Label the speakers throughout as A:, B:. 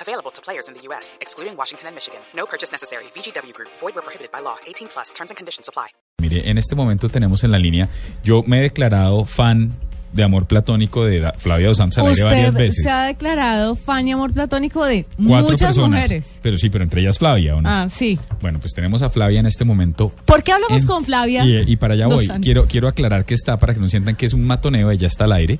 A: Available to players in the U.S., excluding Washington and Michigan. No purchase necessary. VGW Group, void were prohibited by law. 18 plus terms and conditions apply.
B: Mire, en este momento tenemos en la línea, yo me he declarado fan de amor platónico de Da- Flavia Dos Santos al aire
C: Usted
B: varias veces.
C: se ha declarado fan y amor platónico de
B: Cuatro
C: muchas
B: personas.
C: mujeres.
B: Pero sí, pero entre ellas Flavia, ¿o no?
C: Ah, sí.
B: Bueno, pues tenemos a Flavia en este momento.
C: ¿Por qué hablamos
B: en-
C: con Flavia?
B: Y, y para allá
C: Dos
B: voy.
C: Santos?
B: Quiero, quiero aclarar que está, para que no sientan que es un matoneo, ella está al aire.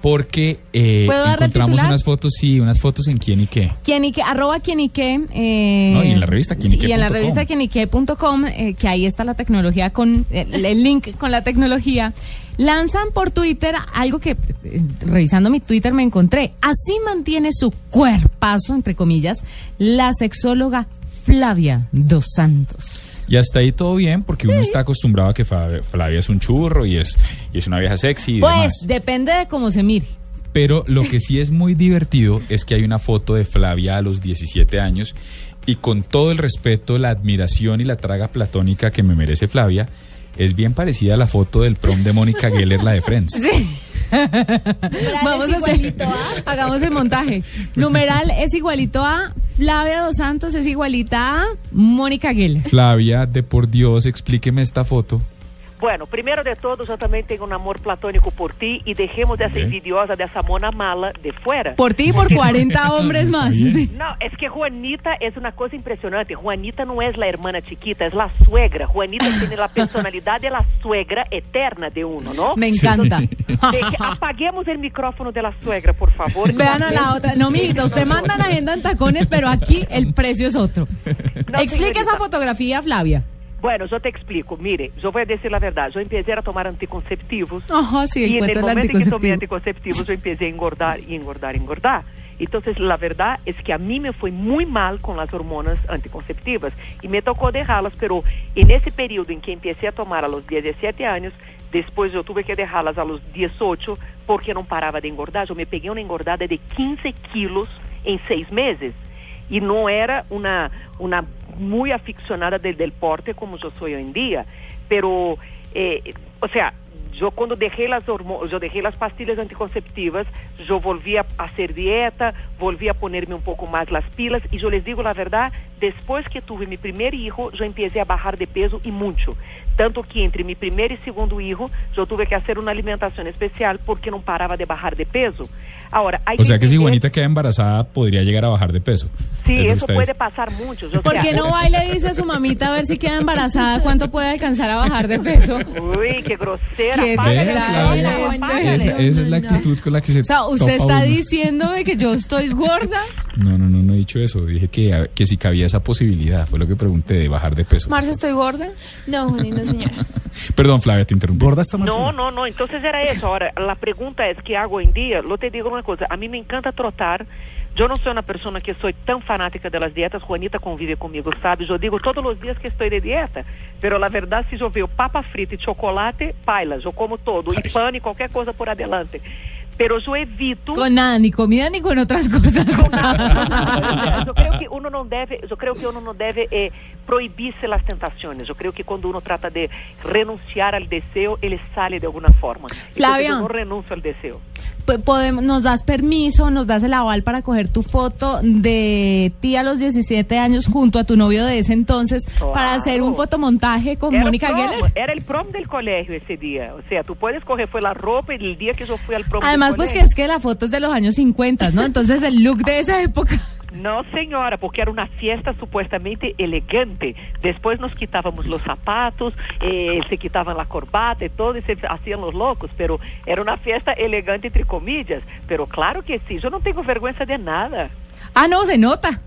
B: Porque eh,
C: ¿Puedo darle el
B: encontramos
C: titular?
B: unas fotos, sí, unas fotos en quién y qué.
C: Quién y qué, arroba quién y qué. eh,
B: No, y en la revista quién y qué
C: sí, Y en la
B: punto com.
C: revista quién y qué punto com, eh, que ahí está la tecnología con el, el link con la tecnología. Lanzan por Twitter algo que eh, revisando mi Twitter me encontré. Así mantiene su cuerpazo, entre comillas, la sexóloga Flavia Dos Santos.
B: Y hasta ahí todo bien, porque uno está acostumbrado a que Fa- Flavia es un churro y es, y es una vieja sexy y demás.
C: Pues depende de cómo se mire.
B: Pero lo que sí es muy divertido es que hay una foto de Flavia a los 17 años y con todo el respeto, la admiración y la traga platónica que me merece Flavia, es bien parecida a la foto del prom de Mónica Geller, la de Friends.
C: Vamos a hacer, hagamos el montaje. Numeral es igualito a Flavia Dos Santos es igualita a Mónica Geller.
B: Flavia, de por Dios, explíqueme esta foto.
D: Bueno, primeiro de todos, eu também tenho um amor platônico por ti e deixemos essa
B: Bien.
D: invidiosa, dessa mona mala de fora.
C: Por ti y por 40 hombres más. Sí.
D: Não, é que Juanita é uma coisa impressionante. Juanita não é a hermana chiquita, é a suegra. Juanita tem a personalidade, é a suegra eterna de uno, não?
C: Me encanta.
D: De que apaguemos o micrófono da suegra, por favor.
C: Vean a la otra. No, mijita, usted manda la agenda en tacones, pero aquí el precio es otro.
D: No,
C: Explique esa
D: señorita.
C: fotografía, Flavia.
D: Bueno, eu te explico. Mire, eu vou dizer a verdade. Eu empecé a tomar anticonceptivos.
C: Ajá, sí,
D: y en el
C: encuentro el
D: momento en que tomé
C: anticonceptivo.
D: anticonceptivos yo empecé a engordar y engordar y engordar. Entonces la verdad es que a mí me fue muy mal con las hormonas anticonceptivas y me tocó dejarlas, pero en ese periodo en que empecé a tomar a los 17 años, después yo tuve que dejarlas a los 18 porque no paraba de engordar. Yo me pegué una engordada de 15 kilos en seis meses y no era una, una muy aficionada del deporte como yo soy hoy en día, pero, eh, o sea, yo cuando dejé las hormo- yo dejé las pastillas anticonceptivas, yo volví a hacer dieta, volví a ponerme un poco más las pilas y yo les digo la verdad, después que tuve mi primer hijo, yo empecé a bajar de peso y mucho. Tanto que entre mi primer y segundo hijo, yo tuve que hacer una alimentación especial porque no paraba de bajar de peso. Ahora, hay
B: O sea que si
D: entender-
B: Juanita queda embarazada, podría llegar a bajar de peso.
D: Sí,
B: Es lo que
D: eso
B: está
D: puede
B: diciendo.
D: pasar mucho. yo
C: ¿Por
D: sé.
C: qué no va y le dice a su mamita a ver si queda embarazada cuánto puede alcanzar a bajar de peso?
D: Uy, qué grosera.
C: Qué
D: apágale,
B: Ve,
C: grosera,
D: apágale,
B: Flavia,
C: este.
D: apágale.
B: esa, esa es la
C: No.
B: actitud con la que se
C: O sea, usted
B: topa
C: está
B: uno.
C: diciéndome que yo estoy gorda.
B: No, no, no, no he dicho eso. Dije que, a- que si cabía esa posibilidad, fue lo que pregunté, de bajar de peso.
C: Marcia, estoy gorda.
E: No, Juli, no, señora.
B: Perdón, Flavia, te interrumpí.
F: ¿Gorda está Marcela?
D: No, no, no. Entonces era eso. Ahora, la pregunta es qué é hago hoy en día. Lo te digo una cosa. A mí me encanta trotar. Yo no soy una persona que soy tan fanática de las dietas. Juanita convive conmigo, sabe? Yo digo todos los días que estoy de dieta. Pero la verdad, si yo veo papa frita y chocolate, paila. Yo como todo. Y pan y cualquier cosa por adelante. Pero yo evito...
C: Con nada, ni comida ni con otras cosas.
D: eu creio que uno não deve, eu creio que uno não deve eh, proibir-se as tentações. Eu creio que quando uno trata de renunciar ao desejo, ele sai de alguma forma.
C: Flavia.
D: Eu não renuncio ao desejo.
C: P- podemos- nos das permiso, nos das el aval para coger tu foto de ti a los 17 años junto a tu novio de ese entonces para
D: Claro.
C: hacer un fotomontaje con
D: Era
C: Mónica
D: o prom,
C: Geller.
D: Era o prom del colégio esse dia. Ou seja, tu pode escolher, foi a roupa e o dia que eu fui ao prom
C: Además,
D: del
C: pues que
D: colegio.
C: es que la foto es de los años 50, ¿no? Entonces el look de esa época.
D: Não, senhora, porque era uma fiesta supostamente elegante. Depois nos quitávamos os sapatos, eh, se quitavam a corbata e todo, e se faziam os loucos, pero era uma fiesta elegante entre comillas. Pero claro que sim, eu não tenho vergonha de nada.
C: Ah, no, se nota.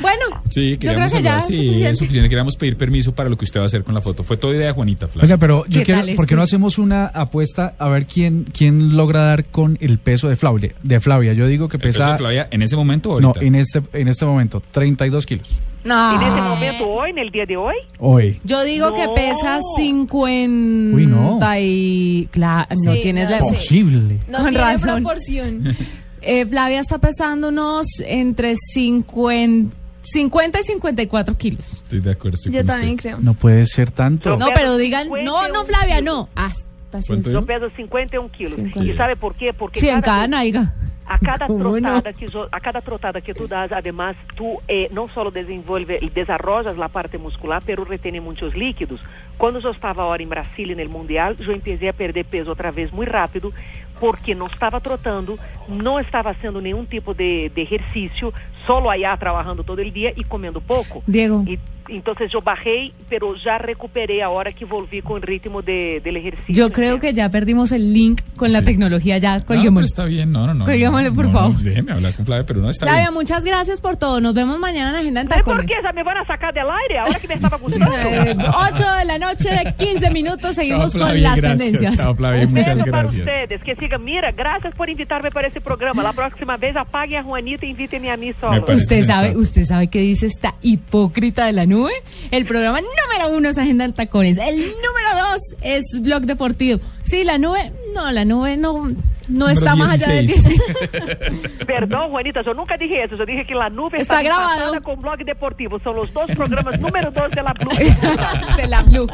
C: Bueno,
B: Sí,
C: yo creo
B: queríamos
C: que ya
B: hablar,
C: es
B: sí,
C: suficiente.
B: es suficiente. Queríamos pedir permiso para lo que usted va a hacer con la foto. Fue toda idea de Juanita, Flavia.
E: Oiga, pero yo
C: ¿Qué
E: quiero,
C: tal este?
E: ¿por qué no hacemos una apuesta a ver quién, quién logra dar con el peso de Flavia? De Flavia, yo digo que
B: ¿El peso
E: pesa.
B: de Flavia en ese momento o
E: no,
B: ahorita?
E: en este, en este momento, 32 kilos.
C: No.
D: En ese momento, hoy, en el día de hoy,
E: Hoy.
C: Yo digo que
D: No.
C: pesa 50
E: Uy, no.
C: y... Claro, no
F: Sí,
C: tienes
F: no,
C: la...
F: sí.
E: Posible.
F: No
C: Con
F: tiene
C: razón.
F: proporción.
C: Eh, Flavia está pesando unos entre 50, 50 y 54 kilos.
B: Estoy de acuerdo. estoy
F: Yo
B: con
F: también
B: usted.
F: creo.
E: No puede ser tanto.
C: No,
D: Pero
C: pero digan, no,
D: 51
C: no, Flavia, no. Hasta
B: ¿Cuánto
C: 100
B: dijo?
D: yo peso 51 quilos.
F: Cincuenta.
D: ¿Y sabe por qué? Porque
C: Sí, en cada
D: vez-
C: naiga.
D: A cada
C: ¿Cómo no?
D: trotada que yo- a cada trotada que tú das, además tú eh, no solo desenvolve, desarrollas la parte muscular, pero retene muchos líquidos. Cuando yo estaba ahora en Brasilia, en el mundial, yo empecé a perder peso otra vez muy rápido, porque não estava trotando, não estava haciendo nenhum tipo de, de exercício, solo allá trabajando todo el día e comendo pouco.
C: Diego.
D: E, então eu barrei, pero já recuperei a hora que volvi com o ritmo de, del ejercicio.
C: Yo creo que ya perdimos el link con la
B: Sí.
C: tecnología, ya
B: No, pero
C: colguémoslo.
B: pues, está bien, no, no, no.
C: Colguémosle,
B: no,
C: por
B: no,
C: favor.
B: déjeme hablar con Flavia, pero no está
C: Flavia,
B: bien.
C: muchas gracias por todo. Nos vemos mañana en Agenda en
D: Mas por
C: Tacones.
D: que? É Já me vão sacar del aire? A hora que me estava gostando?
C: Eh, 8 de la noche, 15 minutos, seguimos
B: Chao,
C: con
B: Flavia,
C: las
B: gracias.
C: tendencias.
B: Chao, Flavia,
D: Um
B: muchas
D: beijo para
B: gracias.
D: vocês. Que siga, mira, graças por invitarme para esse programa. La próxima vez apaguem a Juanita e invitem-me a mim solo.
B: Me parece.
C: Usted sabe,
B: sensato.
C: usted sabe qué dice esta hipócrita de la nube. El programa número uno es Agenda en Tacones. El número dos es Blog Deportivo. Sí, la nube, no, la nube no, no está más allá del
B: 16.
C: 16.
D: Perdão, Juanita, eu nunca dije isso. Eu dije que La Nube
C: Está
D: está,
C: grabado.
D: empasada com Blog Deportivo. São os dois programas número dois de La Blue.
C: de la Blue.